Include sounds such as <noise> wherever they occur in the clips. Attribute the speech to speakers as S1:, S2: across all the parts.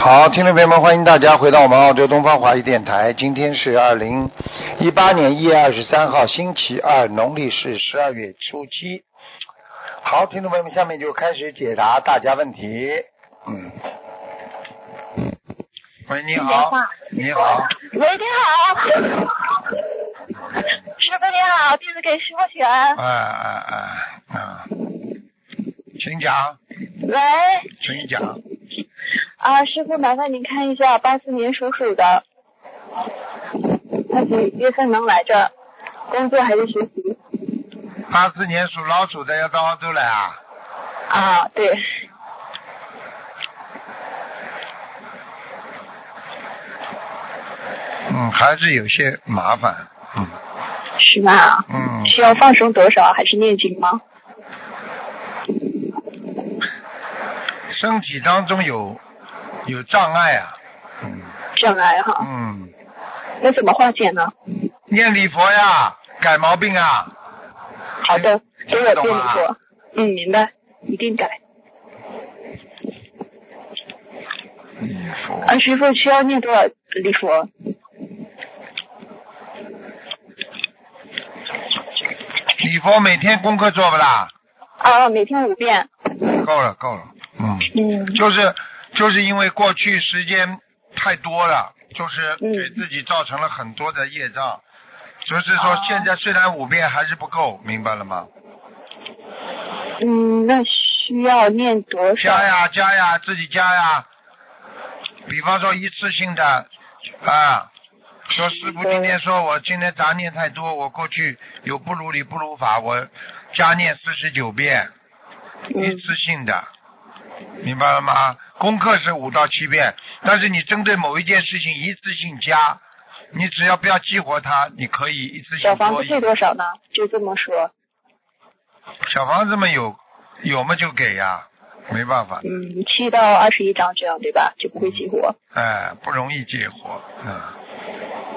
S1: 好，听众朋友们，欢迎大家回到我们澳洲东方华语电台。今天是二零一八年一月二十三号，星期二，农历是十二月初七。好，听众朋友们，下面就开始解答大家问题。嗯。喂，你好。你好。
S2: <laughs> 喂，你好，师傅你好，弟子给师傅请安。
S1: 哎哎哎，啊，请讲，
S2: 喂，
S1: 请讲。
S2: 啊，师傅麻烦您看一下八四年属鼠的，他几月份能来这儿？工作还是学习？
S1: 八四年属老鼠的要到澳洲来啊？
S2: 啊，对，
S1: 嗯，还是有些麻烦。嗯
S2: 是吧？
S1: 嗯，
S2: 需要放生多少？还是念经吗？
S1: 身体当中有有障碍啊。嗯
S2: 障碍哈，
S1: 嗯，
S2: 那怎么化解呢？
S1: 念礼佛呀，改毛病啊。
S2: 好的，给
S1: 听
S2: 我
S1: 得
S2: 变
S1: 懂
S2: 理
S1: 吗
S2: 过。嗯，明白，一定改。
S1: 礼佛
S2: 啊，师傅需要念多少礼佛？
S1: 礼佛每天功课做不啦？
S2: 啊，每天五遍。
S1: 够了够了，嗯，
S2: 嗯
S1: 就是就是因为过去时间太多了，就是
S2: 嗯
S1: 给自己造成了很多的业障，就是说
S2: 哦
S1: 现在虽然五遍还是不够，明白了吗？
S2: 嗯，那需要念多少？
S1: 加呀加呀，自己加呀。比方说一次性的啊，说师傅今天说我今天杂念太多，我过去有不如理不如法，我加念四十九遍，一
S2: 嗯
S1: 次性的，明白了吗？功课是五到七遍，但是你针对某一件事情一次性加，你只要不要激活它，你可以一次
S2: 小
S1: 性
S2: 房
S1: 多
S2: 子
S1: 一
S2: 借
S1: 点。
S2: 多少呢？就这么说。
S1: 小房子嘛有有嘛就给呀、没办法，
S2: 嗯，七到二十一张这样对吧？就不会激活。
S1: 哎，不容易激活，嗯，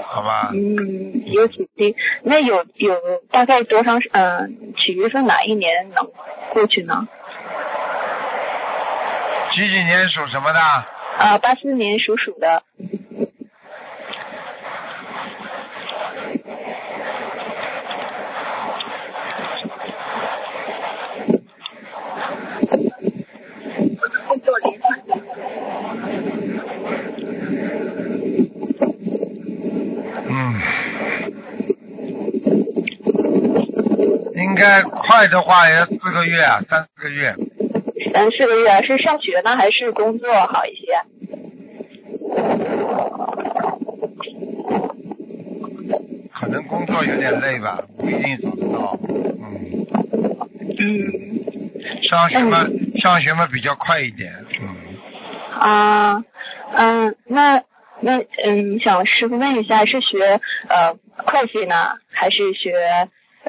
S1: 好吧，
S2: 嗯，有几滴？那有有大概多长时？嗯、几月份哪一年能过去呢？
S1: 几几年属什么的？
S2: 啊，八四年属鼠的。工作零
S1: 嗯，应该快的话也要四个月啊，三四个月。
S2: 嗯，四个月是上学呢，还是工作好一些？
S1: 可能工作有点累吧，不一定找得到。嗯，
S2: 嗯
S1: 上学嘛，上学嘛比较快一点。嗯，
S2: 啊，嗯，那那嗯，想师傅问一下，是学呃会计呢，还是学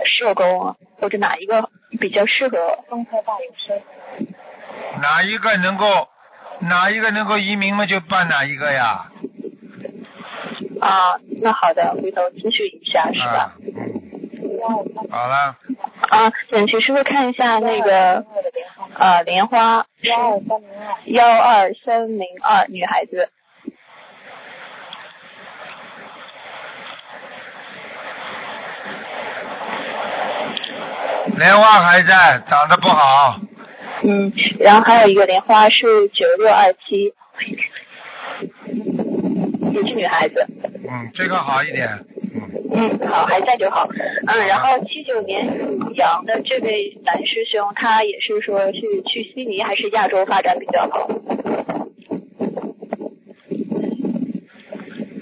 S2: 社工，或者哪一个比较适合中科大有生？
S1: 哪一个能够，哪一个能够移民嘛就办哪一个呀。
S2: 啊，那好的，回头咨询一下，是吧
S1: 啊？，嗯，好了，
S2: 啊，想请师傅看一下那个呃莲花
S3: 幺二三零二，
S2: 幺二三零二女孩子，
S1: 莲花还在，长得不好，
S2: 嗯，然后还有一个莲花是九六二七，也是女孩子。
S1: 嗯，这个好一点，嗯，
S2: 嗯，好，还在就好。嗯，然后七九年属羊的这位男师兄，他也是说是去悉尼还是亚洲发展比较好？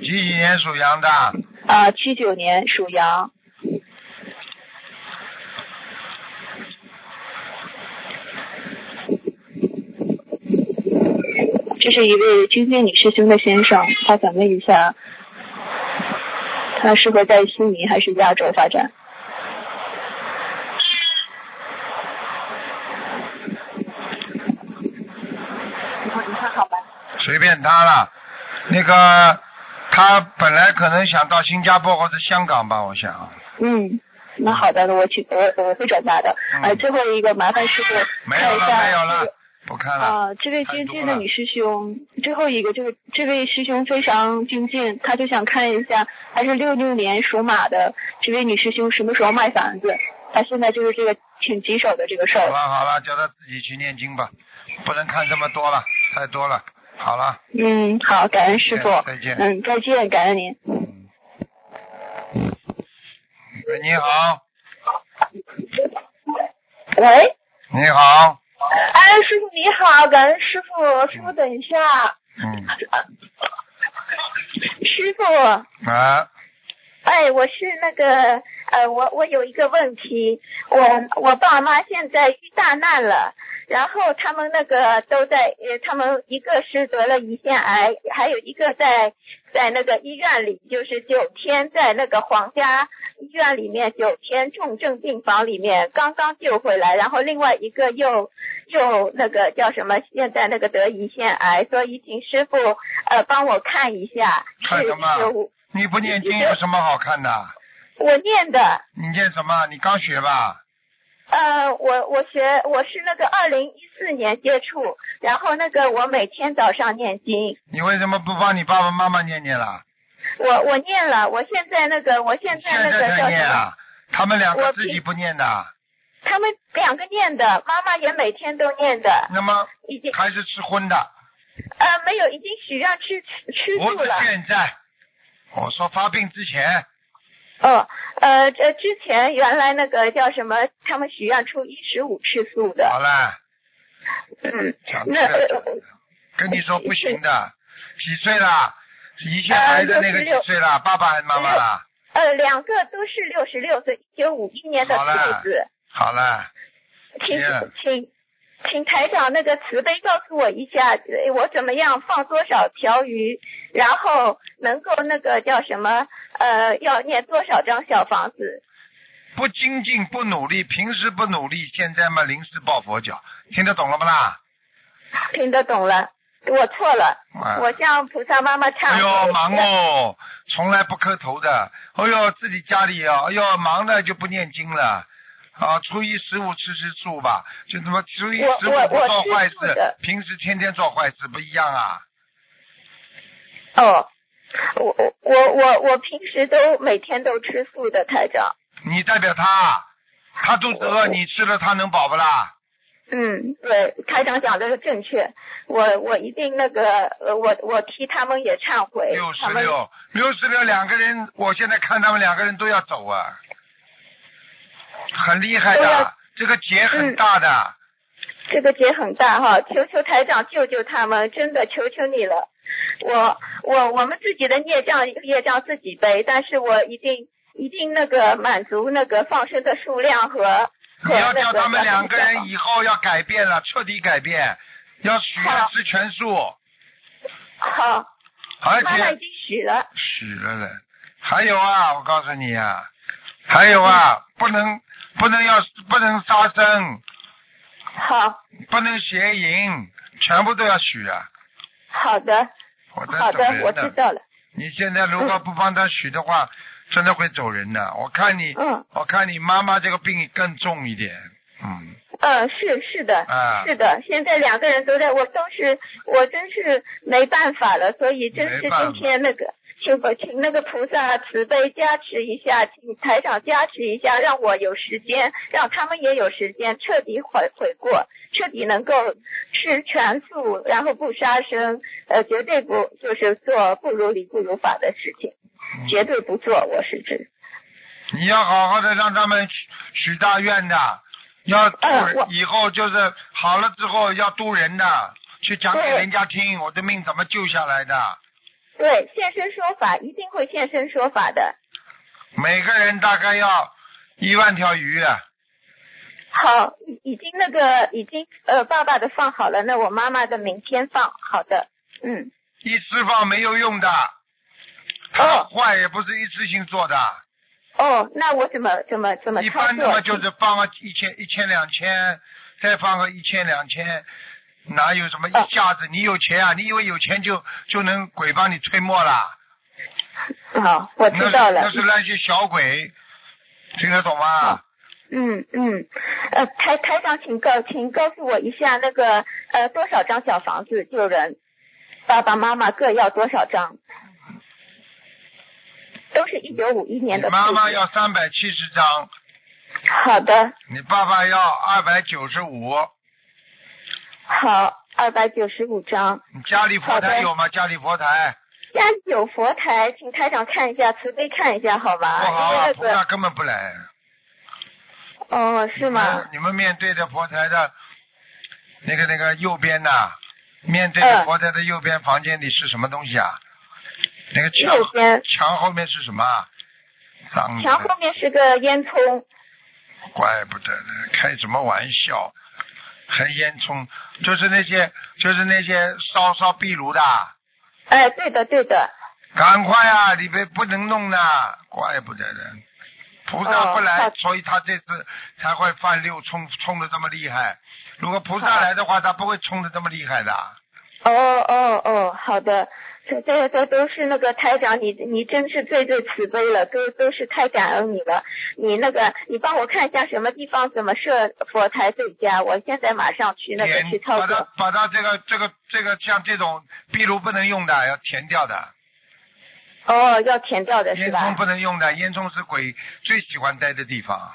S1: 几几年属羊的，
S2: 啊、7七九年属羊，这是一位军训女师兄的先生，他想问一下，他适合在悉尼还是亚洲发展？你看，你看好吗？
S1: 随便他了。那个，他本来可能想到新加坡或者香港吧，我想。
S2: 嗯，那好的，我去，我我会转达的。
S1: 嗯
S4: 哎
S2: 呃，最后一个麻烦师傅
S1: 没
S2: 看
S1: 有
S2: 一
S1: 了，
S2: 下
S1: 没有
S2: 这
S1: 了
S2: 个，
S1: 不看了。
S4: 啊，这位精进的女师兄，最后一个就是这位师兄非常精进，他就想看一下，她是六六年属马的这位女师兄什么时候卖房子？她现在就是这个挺棘手的这个事
S1: 好
S4: 儿。
S1: 了好了，叫他自己去念经吧，不能看这么多了，太多了。好了，
S4: 嗯，好，感恩师傅。
S1: 再见。
S4: 嗯，再见，感恩您。
S1: 喂，你好，
S2: 喂，
S1: 你好，
S2: 哎，师傅你好，感恩师傅，师傅等一下，
S1: 嗯，
S2: 师傅，
S1: 啊，
S2: 哎，我是那个，呃，我我有一个问题，我我爸妈现在遇大难了，然后他们那个都在，呃，他们一个是得了胰腺癌，还有一个在在那个医院里，就是九天在那个皇家医院里面九天重症病房里面刚刚救回来，然后另外一个又又那个叫什么，现在那个得胰腺癌，所以请师傅呃帮我看一下，
S1: 看
S2: 是
S1: 什么啊
S2: 是我
S1: 你不念经有什么好看的？
S2: 我念的。
S1: 你念什么？你刚学吧？
S2: 呃，我我学我是那个二零一四年接触，然后那个我每天早上念经，
S1: 你为什么不帮你爸爸妈妈念念啦？
S2: 我我念了，我现在那个我现在
S1: 现
S2: 那
S1: 在
S2: 个
S1: 才
S2: 叫
S1: 念
S2: 什么？
S1: 啊？他们两个
S2: 我
S1: 自己不念的，
S2: 他们两个念的，妈妈也每天都念的，
S1: 那么
S2: 已经
S1: 还是吃荤的，
S2: 呃没有已经许愿吃吃吃
S1: 不
S2: 素
S1: 是
S2: 了。
S1: 现在。我说发病之前，
S2: 哦，呃，这之前原来那个叫什么？他们许愿初一十五吃素
S1: 好
S2: 的。
S1: 了，
S2: 嗯，
S1: 讲
S2: 那
S1: 这
S2: 呃
S1: 跟你说不行的，几岁了？胰腺癌的那个几岁了？爸爸还是妈妈啦？
S2: 呃两个都是六十六岁，一九五一年的
S1: 好了
S2: 兔子。
S1: 好了，
S2: 请
S1: Yeah.
S2: 请请台长那个慈悲告诉我一下，呃我怎么样放多少条鱼，然后能够那个叫什么呃，要念多少张小房子？
S1: 不精进不努力，平时不努力，现在嘛临时抱佛脚，听得懂了不啦？
S2: 听得懂了，我错了，
S1: 啊
S2: 我向菩萨妈妈忏
S1: 哎
S2: 悔。
S1: 呦，忙哦，从来不磕头的。哎呦，自己家里啊，哎呦，忙的就不念经了。啊，初一十五吃吃素吧，就他妈初一
S2: 我
S1: 十
S2: 我
S1: 五不
S2: 我
S1: 做
S2: 吃
S1: 坏
S2: 素的
S1: 事，平时天天做坏事不一样啊。
S2: 哦，我我我我我平时都每天都吃素的，台长。
S1: 你代表他，他肚子饿，你吃了他能饱不啦？
S2: 嗯，对，台长讲的正确，我我一定那个，呃我我替他们也忏悔，
S1: 六十
S2: 他们
S1: 六，六十六，两个人，我现在看他们两个人都要走啊，很厉害
S2: 都
S1: 的
S2: 要，嗯
S1: 这个结很大的。
S2: 这个结很大哈，求求台长救救他们，真的求求你了。我我我们自己的孽障业障自己背，但是我一定一定那个满足那个放生的数量和
S1: 你
S2: 和
S1: 要
S2: 那
S1: 叫
S2: 个
S1: 他们两个人
S2: 叫什么
S1: 以后要改变了，彻底改变，要许愿
S2: 好
S1: 吃全素，
S2: 好，
S1: 而
S2: 妈妈已
S1: 且
S2: 经许了，
S1: 许了了。还有啊，我告诉你啊，还有啊，
S2: 嗯
S1: 不能不能要不能杀生，
S2: 好
S1: 不能邪淫，全部都要许啊。
S2: 好的
S1: 我在
S2: 好
S1: 走
S2: 的，我
S1: 人
S2: 知
S1: 呢。
S2: 道了，
S1: 你现在如果不帮他许的话，真的会走人的。我看你，
S2: 嗯
S1: 我看你妈妈这个病更重一点。嗯
S2: 嗯是是的。
S1: 啊，
S2: 是的，现在两个人都在，我都是，我真是没办法了，所以真是
S1: 没办法
S2: 今天那个，请请那个菩萨慈悲加持一下，请台长加持一下，让我有时间，让他们也有时间彻底悔悔过，彻底能够吃全素，然后不杀生，呃，绝对不就是做不如理不如法的事情，绝对不做，我是指。
S1: 你要好好的让他们许许大愿的，要渡
S2: 嗯
S1: 人
S2: 我
S1: 以后就是好了之后要渡人的，去讲给
S2: 对
S1: 人家听我的命怎么救下来的。
S2: 对，现身说法一定会现身说法的。
S1: 每个人大概要一万条鱼啊，
S2: 好，已已经那个已经呃爸爸的放好了，那我妈妈的明天放，好的，嗯，
S1: 一次放没有用的，
S2: 哦
S1: 坏也不是一次性做的，
S2: 哦，那我怎么怎么怎么
S1: 一
S2: 操
S1: 般的嘛
S2: 作？
S1: 就是放个一千一千两千，再放个一千两千，哪有什么
S2: 嗯
S1: 一下子？你有钱啊？你以为有钱就就能鬼帮你吹墨啦？
S2: 好，我
S1: 那
S2: 啊知
S1: 是
S2: 道了
S1: 那，是那些小鬼，听得懂吗？
S2: 嗯嗯，呃，台台长，请告请告诉我一下那个呃多少张小房子救人，爸爸妈妈各要多少张？都是一九五一年
S1: 你
S2: 的。
S1: 妈妈要三百七十张，
S2: 好的，
S1: 你爸爸要二百九十五。
S2: 好，二百九十五张。
S1: 你家里佛
S2: 好
S1: 台
S2: 的
S1: 有吗？家里佛台
S2: 家里有佛台，请台长看一下，慈悲看一下好
S1: 不
S2: 吗？
S1: 好啊，
S2: 因
S1: 菩
S2: 为那
S1: 萨
S2: 个
S1: 根本不来。
S2: 哦，是吗？
S1: 你们？你们面对着佛台的那个那个右边呐、面对着
S2: 嗯
S1: 佛台的右边房间里是什么东西啊？那个墙嗯
S2: 右边
S1: 墙后面是什么啊？脏
S2: 墙
S1: 的，
S2: 后面是个烟囱，
S1: 怪不得呢，开什么玩笑？还烟囱，就是那些就是那些烧烧壁炉的，
S2: 哎，对的对的，
S1: 赶快啊！里边不能弄的，怪不得呢。菩萨不来，
S2: 哦好
S1: 所以他这次才会犯六冲，冲的这么厉害。如果菩萨
S2: 好
S1: 来的话，他不会冲的这么厉害的。
S2: 哦哦哦，好的，这这这都是那个台长，你你真是最最慈悲了，都都是太感恩你了。你那个，你帮我看一下什么地方怎么设佛台最佳，我现在马上去那个
S1: 填
S2: 去操
S1: 把
S2: 作
S1: 它。把它这个这个这个像这种壁炉不能用的，要填掉的。
S2: 哦，要填掉的
S1: 烟
S2: 是
S1: 囱
S2: 吧？
S1: 不能用的，烟囱是鬼最喜欢待的地方。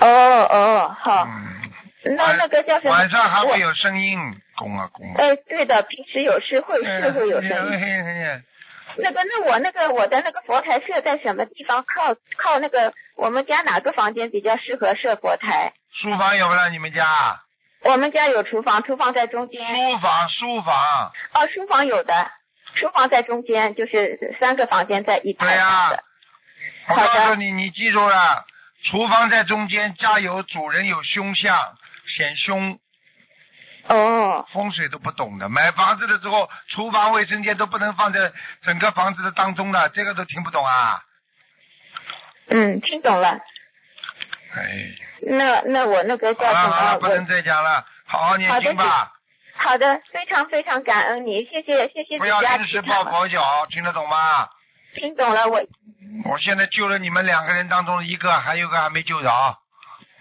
S2: 哦哦，好，
S1: 嗯，
S2: 那那个叫什么？
S1: 晚上还
S2: 我
S1: 会有声音，拱啊拱啊。
S2: 哎，对的，平时有事会
S1: 哎
S2: 呃是会有声
S1: 哎
S2: 音。
S1: 哎哎哎
S2: 那个，那我那个我的那个佛台设在什么地方？靠靠那个我们家哪个房间比较适合设佛台？
S1: 书房有不啦？你们家？
S2: 我们家有厨房，厨房在中间。
S1: 书房，书房。
S2: 哦，书房有的，书房在中间，就是三个房间在一排
S1: 对哎呀
S2: 的。
S1: 我
S2: 好的
S1: 告诉你，你记住了，厨房在中间，家有主人有凶相，显凶，
S2: 哦
S1: 风水都不懂的。买房子的时候，厨房、卫生间都不能放在整个房子的当中的，这个都听不懂啊！
S2: 嗯，听懂了。
S1: 哎，
S2: 那那我那个叫
S1: 好了
S2: 什
S1: 好
S2: 么
S1: 了，？不能
S2: 我
S1: 再讲了，好好念经吧，
S2: 好的，非常非常感恩你，谢谢谢谢
S1: 不
S2: 你
S1: 要
S2: 家
S1: 临时
S2: 庭
S1: 抱佛脚，听得懂吗？
S2: 听懂了，我
S1: 我现在救了你们两个人当中一个，还有一个还没救着，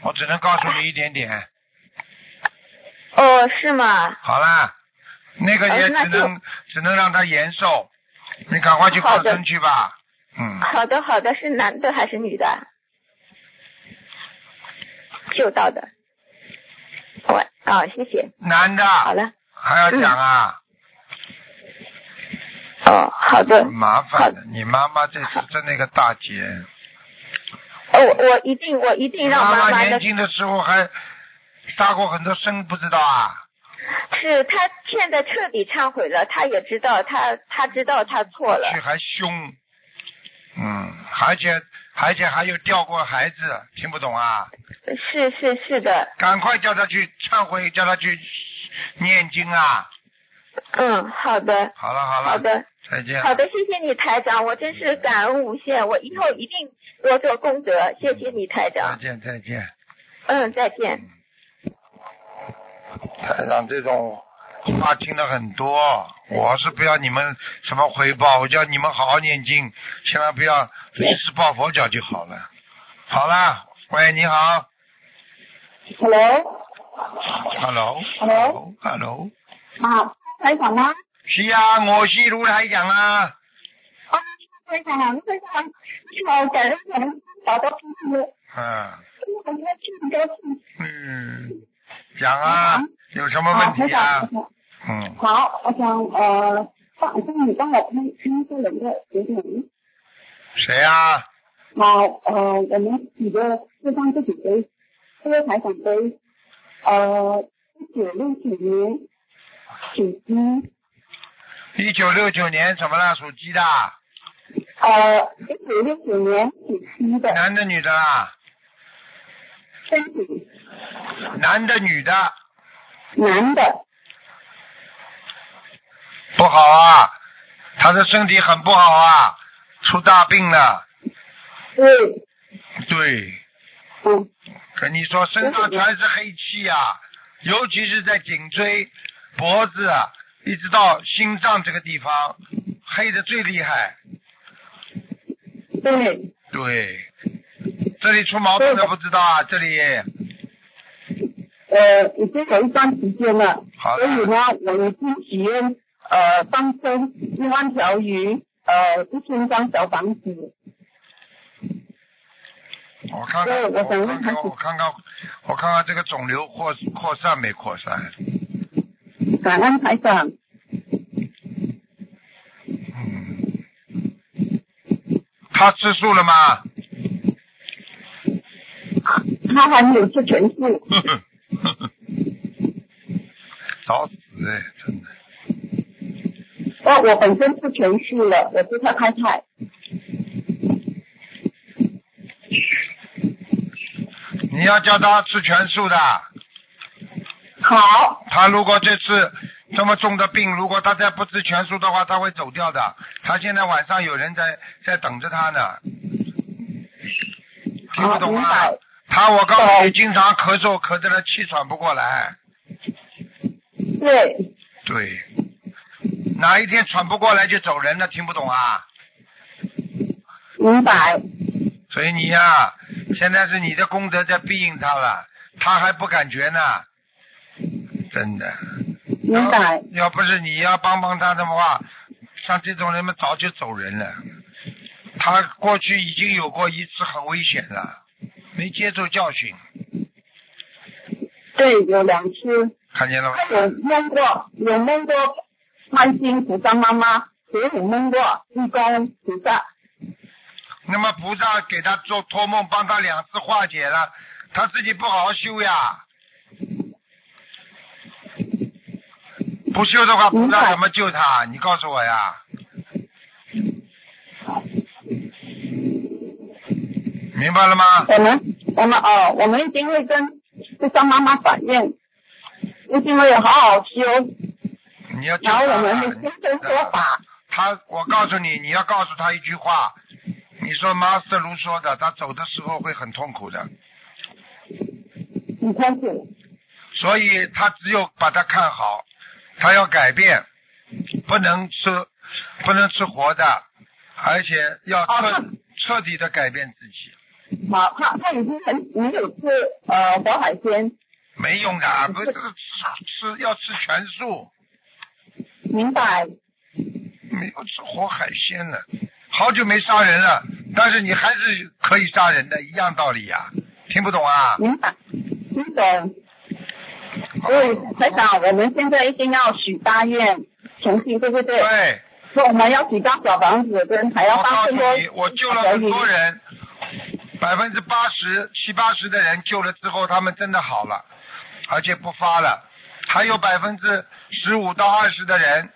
S1: 我只能告诉你一点点。
S2: 哦是吗？
S1: 好啦，那个也
S2: 哦那
S1: 只能、只能让他延寿，你赶快去
S2: 好
S1: 放
S2: 的
S1: 生去吧。嗯，
S2: 好的，好的，是男的还是女的？救到的。喂，啊、谢谢。
S1: 男的
S2: 好了，
S1: 还要讲啊，
S2: 哦，好的，
S1: 麻烦的，你妈妈这次真那个大姐，
S2: 哦，我我一定，我一定让
S1: 妈
S2: 妈妈
S1: 年
S2: 的。
S1: 轻的时候还杀过很多生，不知道啊？
S2: 是她现在彻底忏悔了，她也知道，她她知道她错了
S1: 去。还凶，嗯，而且而且还有掉过孩子，听不懂啊？
S2: 是是是的，
S1: 赶快叫他去忏悔，叫他去念经啊！
S2: 嗯，好的，
S1: 好了好了，
S2: 好的，
S1: 再见。
S2: 好的，谢谢你台长，我真是感恩无限，我以后一定多做功德，谢谢你台
S1: 再
S2: 长。
S1: 见再见。
S2: 嗯，再见。
S1: 台长哎这种话听了很多，我是不要你们什么回报，我叫你们好好念经，千万不要临时抱佛脚就好了。好啦，喂，你好
S4: Hello，
S1: ，hello，hello，hello，
S3: À,
S4: 啊，台长吗？
S1: 是啊，我是卢台长啊，
S4: 啊，非常好，非常好，是我感恩我们找到师傅，
S1: 嗯
S4: 因为我们去很多次。
S1: 嗯，讲啊，
S2: 嗯
S1: 有什
S3: À,
S1: 么问题啊？嗯，
S4: 好，
S3: ờ,
S4: 我想呃，上上你帮我看清楚有没有有没有
S1: 谁啊？
S4: 好，呃，
S3: ờ,
S4: 我们几个释放自己杯，这个台长杯，
S3: Ờ,
S4: 呃，一九六九年属鸡，
S1: 一九六九年怎么了？属鸡的，啊
S4: 呃，一九六九年属鸡的
S1: 男的女的啦？
S4: 身体，
S1: 男的女的？
S4: 男的，
S1: 不好啊，他的身体很不好啊，出大病了。
S4: 对，
S1: 对，
S4: 嗯，
S1: 跟你说，身上全是黑气啊，尤其是在颈椎、脖子啊，一直到心脏这个地方，黑的最厉害。
S4: 对，
S1: 对，这里出毛病都不知道啊，这里
S3: 呃，已经有一段时间了，
S1: 好
S3: 所以
S1: 了，
S3: 呢，我已经许愿呃放生一万条鱼，呃一千张小房子，
S1: 我看看，
S3: 对
S1: 我
S3: 我想
S1: 看
S3: 问
S1: 看，
S3: 他是
S1: 我看看，我看看这个肿瘤扩扩散没扩散？
S3: 感恩台长。
S1: 嗯，他吃素了吗？ <laughs>
S3: 他还没有吃全素，
S1: 呵呵呵呵找死哎，真的。
S3: 哦我我本身吃全素了，我不太开菜。
S1: 你要叫他吃全素的，
S3: 好，
S1: 他如果这次这么重的病，如果他再不吃全素的话，他会走掉的。他现在晚上有人在在等着他呢，听不
S3: 好，
S1: 懂
S3: 明
S1: 啊
S3: 白。？
S1: 他我告诉你，
S3: 懂
S1: 经常咳嗽，咳得他气喘不过来。
S3: 对，
S1: 对，哪一天喘不过来就走人了，听不懂啊？
S3: 明白。
S1: 所以你呀、现在是你的功德在庇应他了，他还不感觉呢，真的。
S3: 明白，
S1: 要不是你要帮帮他的话，像这种人们早就走人了。他过去已经有过一次很危险了，没接受教训，
S3: 对，有两次，
S1: 看见了吗？
S3: 有梦过，有梦过观世音菩萨妈妈，也有梦过地公菩萨。
S1: 那么菩萨给他做托梦，帮他两次化解了，他自己不好好修呀。不修的话，菩
S3: 明
S1: 萨
S3: 白
S1: 怎么救他？你告诉我呀。明白了吗？
S3: 我们我们哦，我们一定会跟菩萨妈妈反映，一定会好好修，
S1: 你要救
S3: 然后我
S1: 他
S3: 们
S1: 了。
S3: 会现身说法。
S1: 他，我告诉你，你要告诉他一句话。你说马斯卢说的，他走的时候会很痛苦的，
S3: 你开始，
S1: 所以他只有把他看好，他要改变，不能吃，不能吃活的，而且要彻、
S3: 哦
S1: 彻底的改变自己，
S3: 好，他他已经很没有吃呃活海鲜，
S1: 没用的，不是吃吃要吃全素，
S3: 明白？
S1: 没有吃活海鲜了，好久没杀人了，但是你还是可以杀人的，一样道理呀、听不懂啊？
S3: 明白，明白。所以台长，我们现在一定要许大愿，重新对不对？
S1: 对。
S3: 说我们要几张小房子，跟还要
S1: 我告
S3: 放
S1: 诉
S3: 更多
S1: 你，我救了很多人，百分之八十、七八十的人救了之后，他们真的好了，而且不发了。还有百分之十五到二十的人，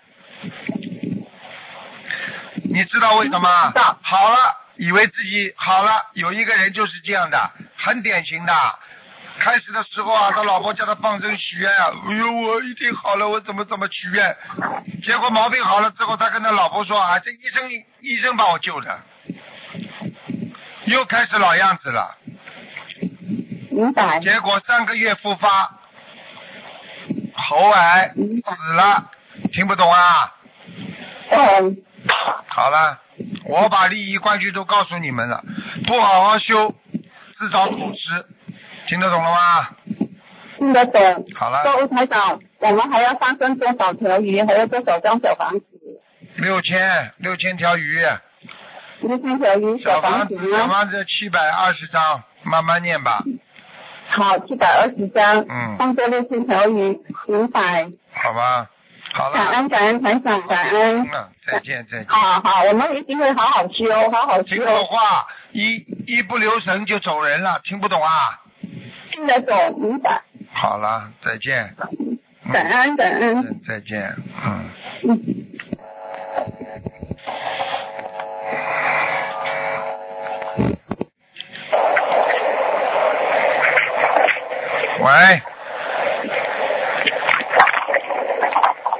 S1: 你知道为什么
S3: 知道？
S1: 好了，以为自己好了，有一个人就是这样的，很典型的。开始的时候啊，他老婆叫他放生许愿啊，哎呦，我一定好了，我怎么怎么许愿？结果毛病好了之后，他跟他老婆说啊，这医生医生把我救的，又开始老样子了。
S3: 明白，
S1: 结果三个月复发，喉癌
S3: 明白。
S1: 死了，听不懂啊？
S3: 嗯，
S1: 好了，我把利益关系都告诉你们了，不好好修，自找苦吃，听得懂了吗？
S3: 听得懂。
S1: 好了，
S3: 说吴台长，我们还要放生多少条鱼，还要多少张小房子？
S1: 六千六千条鱼，
S3: 六千条鱼
S1: 小
S3: 房
S1: 房
S3: 子
S1: 子小
S3: 呢？
S1: 房子七百二十张，慢慢念吧。
S3: 好，七百二十张，
S1: 嗯
S3: 放多六千条鱼，明白。
S1: 好吧，好
S3: 感
S1: 了，
S3: 恩感恩台长，感恩。
S1: 嗯，再见再见。
S3: 好好，我们一定会好好修，好好修
S1: 听，我话，一一不留神就走人了，听不懂啊？
S3: 听得懂，明白。
S1: 好了，再见。
S3: 感
S1: 嗯，
S3: 恩感恩，
S1: 嗯再见。嗯。
S3: 嗯。
S1: 喂，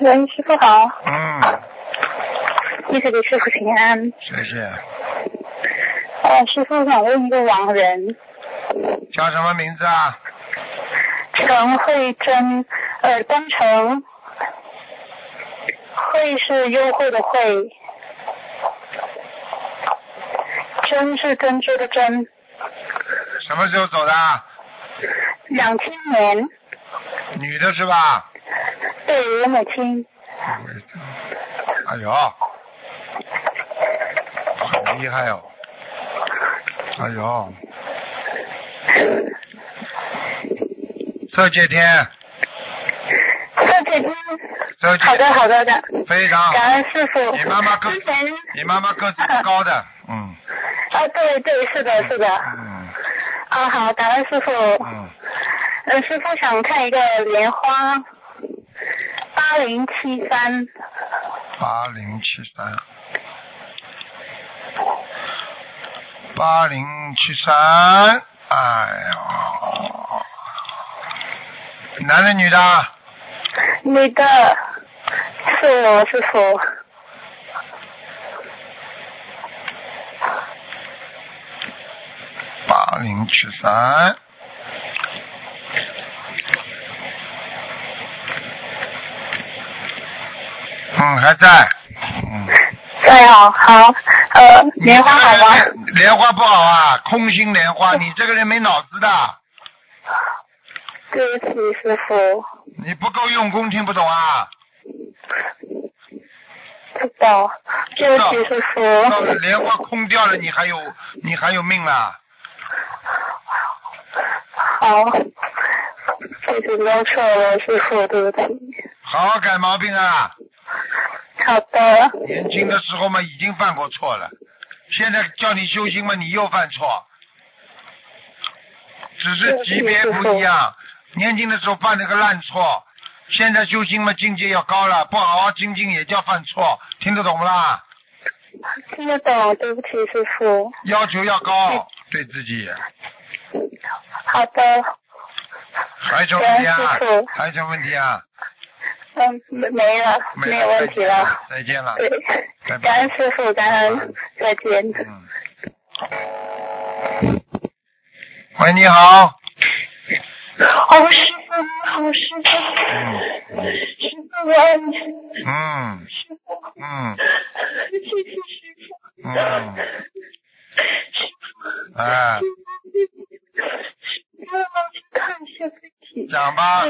S4: 喂，师傅好，
S1: 嗯，
S4: 弟子给师傅请安。
S1: 谢谢。
S4: 呃，师傅想问一个亡人，
S1: 叫什么名字啊？
S4: 陈慧珍，呃，单程，慧是优惠的慧，珍是珍珠的珍，
S1: 什么时候走的？啊
S3: 两千年，
S1: 女的是吧？
S3: 对我母亲，
S1: 哎呦，好厉害哦！哎呦，这些天，
S3: 这几天
S1: 这
S3: 好
S1: 些
S3: 的好的的，
S1: 非常好。
S3: 感恩师傅。
S1: 啊你妈妈个
S3: 之前
S1: 你妈妈个子不高的，嗯
S3: 啊，对对，是的是的，
S1: 嗯
S3: 啊好，感恩师傅。
S1: 嗯，
S3: 呃，师傅想看一个莲花，八零七三，
S1: 八零七三，八零七三，哎呦，男的女的？
S3: 那个是我师傅，
S1: 八零七三。嗯，还在。嗯，
S3: 对哦，好，呃，莲花好吗？
S1: 你这个人？莲花不好啊，空心莲花，你这个人没脑子的，
S3: 对不起，师傅，
S1: 你不够用功，听不懂啊。
S3: 知道，对不起，师
S1: 到了
S3: 傅，
S1: 莲花空掉了，你还有你还有命啊？
S3: 好，弟子弄错了，师傅，对不起。
S1: 好好改毛病啊！
S3: 好的，
S1: 年轻的时候嘛，已经犯过错了，现在叫你修心嘛，你又犯错，只是级别不一样。年轻的时候犯了个烂错，现在修心嘛，境界要高了，不好好精进也叫犯错，听得懂不啦？
S3: 听得懂，对不起，师傅。
S1: 要求要高，对自己。
S3: 好的，
S1: 还有什么问题啊
S3: 对师傅？
S1: 还有什么问题啊？
S3: 嗯，没没了，没有问题了。。
S1: 再见了。
S3: 对，
S1: 拜
S3: <laughs> 感
S1: 拜
S3: 恩。师傅，感恩，再见。
S1: 嗯。喂，你好。
S5: 哦，师傅你好，师傅，
S1: 嗯
S5: 师傅我爱你，师
S1: 嗯
S5: 傅，
S1: 嗯
S5: 谢谢师傅，
S1: 嗯，
S5: 师傅，
S1: 哎，
S5: 师傅，帮去看一下问题。
S1: 讲吧，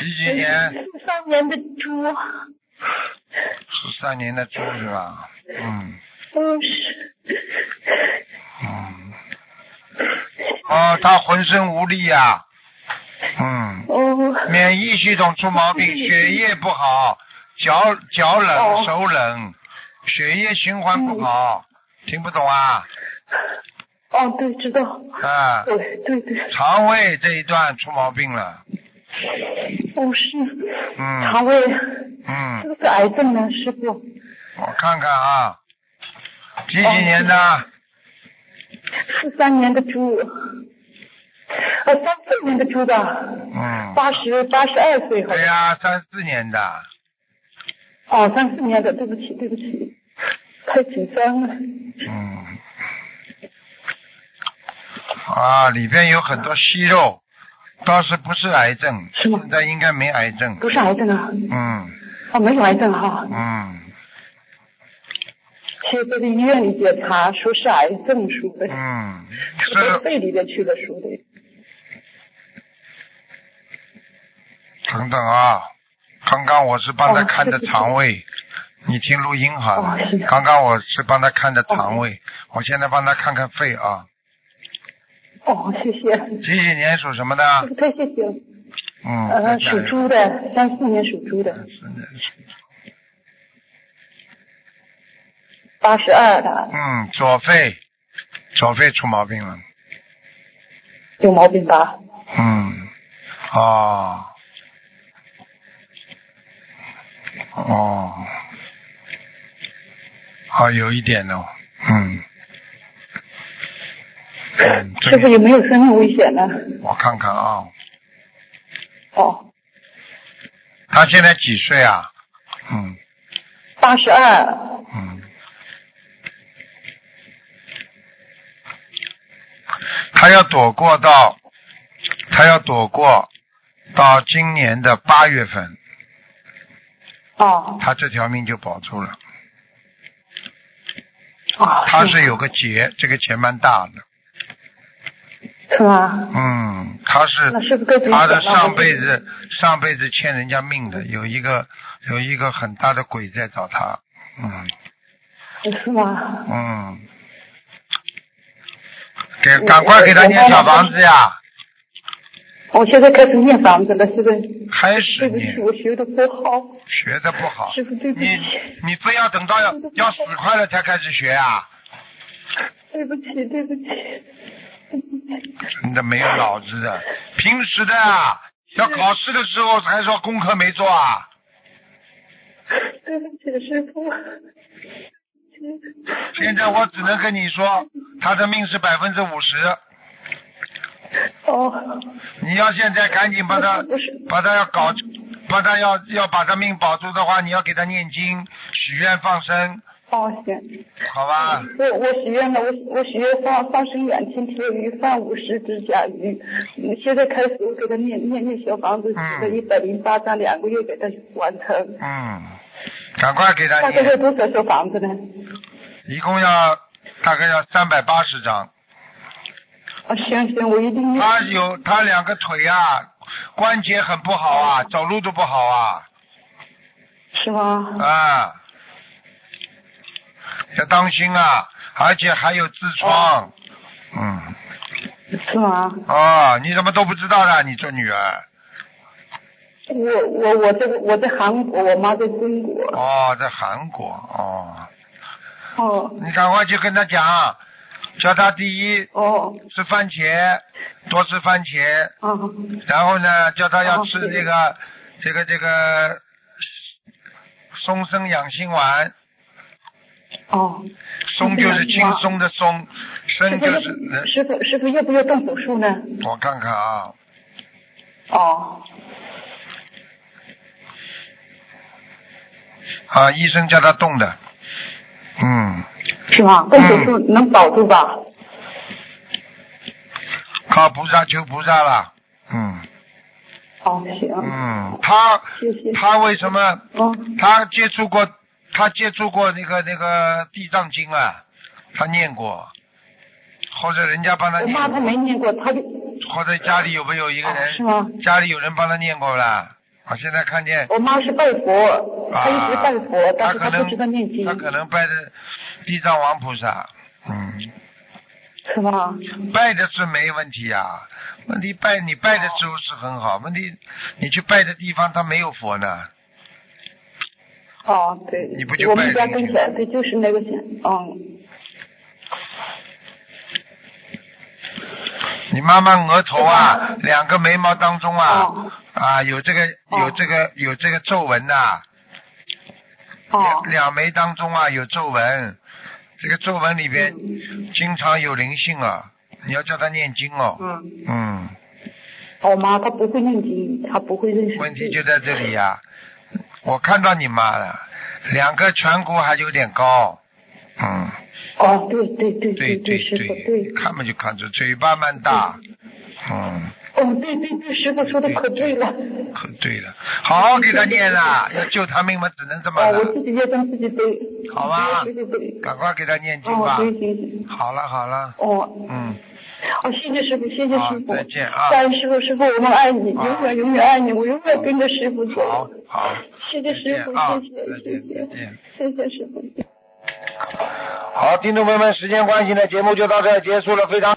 S1: 几几年？
S5: 四三年的猪，
S1: 十三年的猪是吧？嗯
S5: 嗯，是，
S1: 嗯。哦，他浑身无力呀、嗯，
S5: 哦，
S1: 免疫系统出毛病，血液不好，脚脚冷、
S5: 哦嗯
S1: 手冷，血液循环不好，听不懂啊？
S5: 哦，对，知道，
S1: 啊，
S5: 对对对，
S1: 肠胃这一段出毛病了。
S5: 哦是，
S1: 嗯
S5: 肠胃是
S1: 嗯，
S5: 不是癌症呢，师傅？
S1: 我看看啊，几几年
S5: 哦
S1: 的？
S5: 四三年的猪，呃，三四年的猪的，
S1: 嗯，
S5: 八十八十二岁好
S1: 对
S5: 像。
S1: 呀、三四年的，
S5: 哦，三四年的，对不起，对不起，太紧张了。
S1: 嗯，啊，里边有很多息肉，倒是不是癌症，
S5: 是吗
S1: 现在应该没癌症。
S5: 不是癌症啊，
S1: 嗯
S5: 哦，没有癌症哈、
S1: 嗯
S5: 去这个医院里检查，说是癌症输的，
S1: 嗯，
S5: 输到
S1: 是
S5: 肺里边去了输的。
S1: 等等啊，刚刚我是帮他
S5: 哦
S1: 看的
S5: 是是是
S1: 肠胃，你听录音啊好了
S5: 哦是。
S1: 刚刚我是帮他看的肠胃，我现在帮他看看肺啊。
S5: 哦，谢谢，
S1: 几几年属什么的？
S5: 太谢谢了。
S1: 啊嗯，再
S5: 呃，属
S1: 讲一
S5: 猪的，三四年属猪
S1: 个
S5: 的，
S1: 是的是的
S5: 八十二的，
S1: 嗯，左肺，左肺出毛病了。
S5: 有毛病吧？
S1: 嗯，哦，哦，哦，有一点哦，嗯，嗯，这
S5: 师傅
S1: 个
S5: 有没有生命危险呢？
S1: 我看看啊，
S5: 哦，
S1: 他现在几岁啊？嗯
S5: 八十二，
S1: 嗯，他要躲过到，他要躲过到今年的八月份，
S5: 哦，
S1: 他这条命就保住了。
S5: 哦，
S1: 他是有个结，这个结蛮大的。
S5: 是吗？
S1: 嗯，他
S5: 那
S1: 是
S5: 师傅该怎么
S1: 他
S5: 办
S1: 的
S5: 呢
S1: 上辈子上辈子欠人家命的，有一个有一个很大的鬼在找他，嗯
S5: 是吗？
S1: 嗯，给赶快给他念小房子呀，
S5: 我现在开始念房子了，师傅。
S1: 开始
S5: 对不起，
S1: 念
S5: 我学的不好。
S1: 学的不好
S5: 师，傅，对不起，
S1: 你你非要等到要要死快了才开始学啊，
S5: 对不起，对不起。
S1: 真的没有脑子的，平时的啊，要考试的时候还说功课没做啊，
S5: <laughs> 对不起，师傅。
S1: 现在我只能跟你说，他的命是百分之五十。
S5: 哦，
S1: 你要现在赶紧把他
S5: 不是
S1: 把他要搞，把他要要把他命保住的话，你要给他念经、许愿、放生，
S5: 哦，行，
S1: 好吧？
S5: 我我许愿了，我我许愿放放生两千条鱼，放五十只甲鱼。嗯现在开始，我给他念念念小房子，
S1: 嗯
S5: 写了一百零八张，两个月给他完成。
S1: 嗯，赶快给他
S5: 大概要
S1: 念，
S5: 多少小房子呢？
S1: 一共要大概要三百八十张。
S5: 啊，行行，我一定念。
S1: 他有他两个腿啊，关节很不好啊，走路都不好啊，
S5: 是吗？
S1: 啊，要当心啊，而且还有痔疮。嗯，
S5: 是吗？
S1: 哦，你怎么都不知道的？你这女儿，
S5: 我我我在我在韩国，我妈在中国。
S1: 哦，在韩国，哦。
S5: 哦
S1: 你赶快去跟他讲，叫他第一
S5: 哦
S1: 吃番茄，多吃番茄，
S5: 啊
S1: 然后呢，叫他要
S5: 哦
S1: 吃
S5: 对
S1: 这个、这个这个松生养心丸，
S5: 哦！
S1: 松就是轻
S5: 养心
S1: 松
S5: 丸
S1: 的松，
S5: 师
S1: 生
S5: 傅
S1: 就
S5: 要
S1: 是呃
S5: 师傅师傅要不要动手术呢？
S1: 我看看啊，
S5: 哦
S1: 啊，医生叫他动的，嗯，
S5: 是吗？动手术能保住吧？
S1: 靠菩萨求菩萨了，嗯
S5: 哦行，
S1: 嗯，他
S5: 谢谢。
S1: 他为什么
S5: 哦
S1: 他接触过他接触过那个那个地藏经啊，他念过，或者人家帮他
S5: 我妈她
S1: 念，
S5: 没念过，她就
S1: 或者家里有没有一个
S5: 哦是
S1: 人，
S5: 吗？
S1: 家里有人帮他念过啦？我现在看见
S5: 我妈是拜佛，她一直
S1: 啊
S5: 拜佛，，但
S1: 他
S5: 是
S1: 可
S5: 她
S1: 能
S5: 不知道念经
S1: 他，可能拜的地藏王菩萨，嗯，
S5: 是吗？
S1: 拜的是没问题啊，问题拜你拜的时候是很好，问题你去拜的地方他没有佛呢，
S5: 哦，对，
S1: 你不就
S5: 我
S1: 拜
S5: 们家
S1: 那个
S5: 跟
S1: 去
S5: 前，对，就是那个前，嗯，
S1: 你妈妈额头啊，两个眉毛当中啊，
S5: 哦
S1: 啊有这个
S5: 哦
S1: 有这个有这个皱纹呐、
S5: 哦
S1: 两，两眉当中啊有皱纹，这个皱纹里边经常有灵性啊，你要叫他念经哦，
S5: 嗯。哦
S1: 嗯，
S5: 我妈她不会念经，她不会认识字。
S1: 问题就在这里呀、我看到你妈了，两个颧骨还有点高，嗯，
S5: 哦，对对对
S1: 对
S5: 对，师傅
S1: 对，看嘛就看出，嘴巴蛮大，嗯。
S5: 哦对对对，师傅说的可对了。哦，
S1: 可对了，好好给他念啦，要救他命嘛，只能这么了。
S5: 哦啊我自己要跟自己背。
S1: 好吧
S5: 自己背。
S1: 赶快给他念经
S5: 哦
S1: 吧。，
S5: 行行行。
S1: 好了好了，
S5: 哦
S1: 嗯，
S5: 哦，谢谢师傅，谢谢
S1: 好
S5: 师傅。
S1: 再见啊
S5: 感恩师傅，师傅我们爱你，
S1: 啊
S5: 永远永远爱你，我永远跟着师傅走。
S1: 好好，
S5: 谢谢
S1: 再
S5: 师
S1: 见
S5: 傅，
S1: 啊，再
S5: 谢谢
S1: 见再
S5: 谢
S1: 见。
S5: 谢，谢谢师傅。
S1: 好，听众朋友们，时间关系呢，节目就到这儿结束了，非常。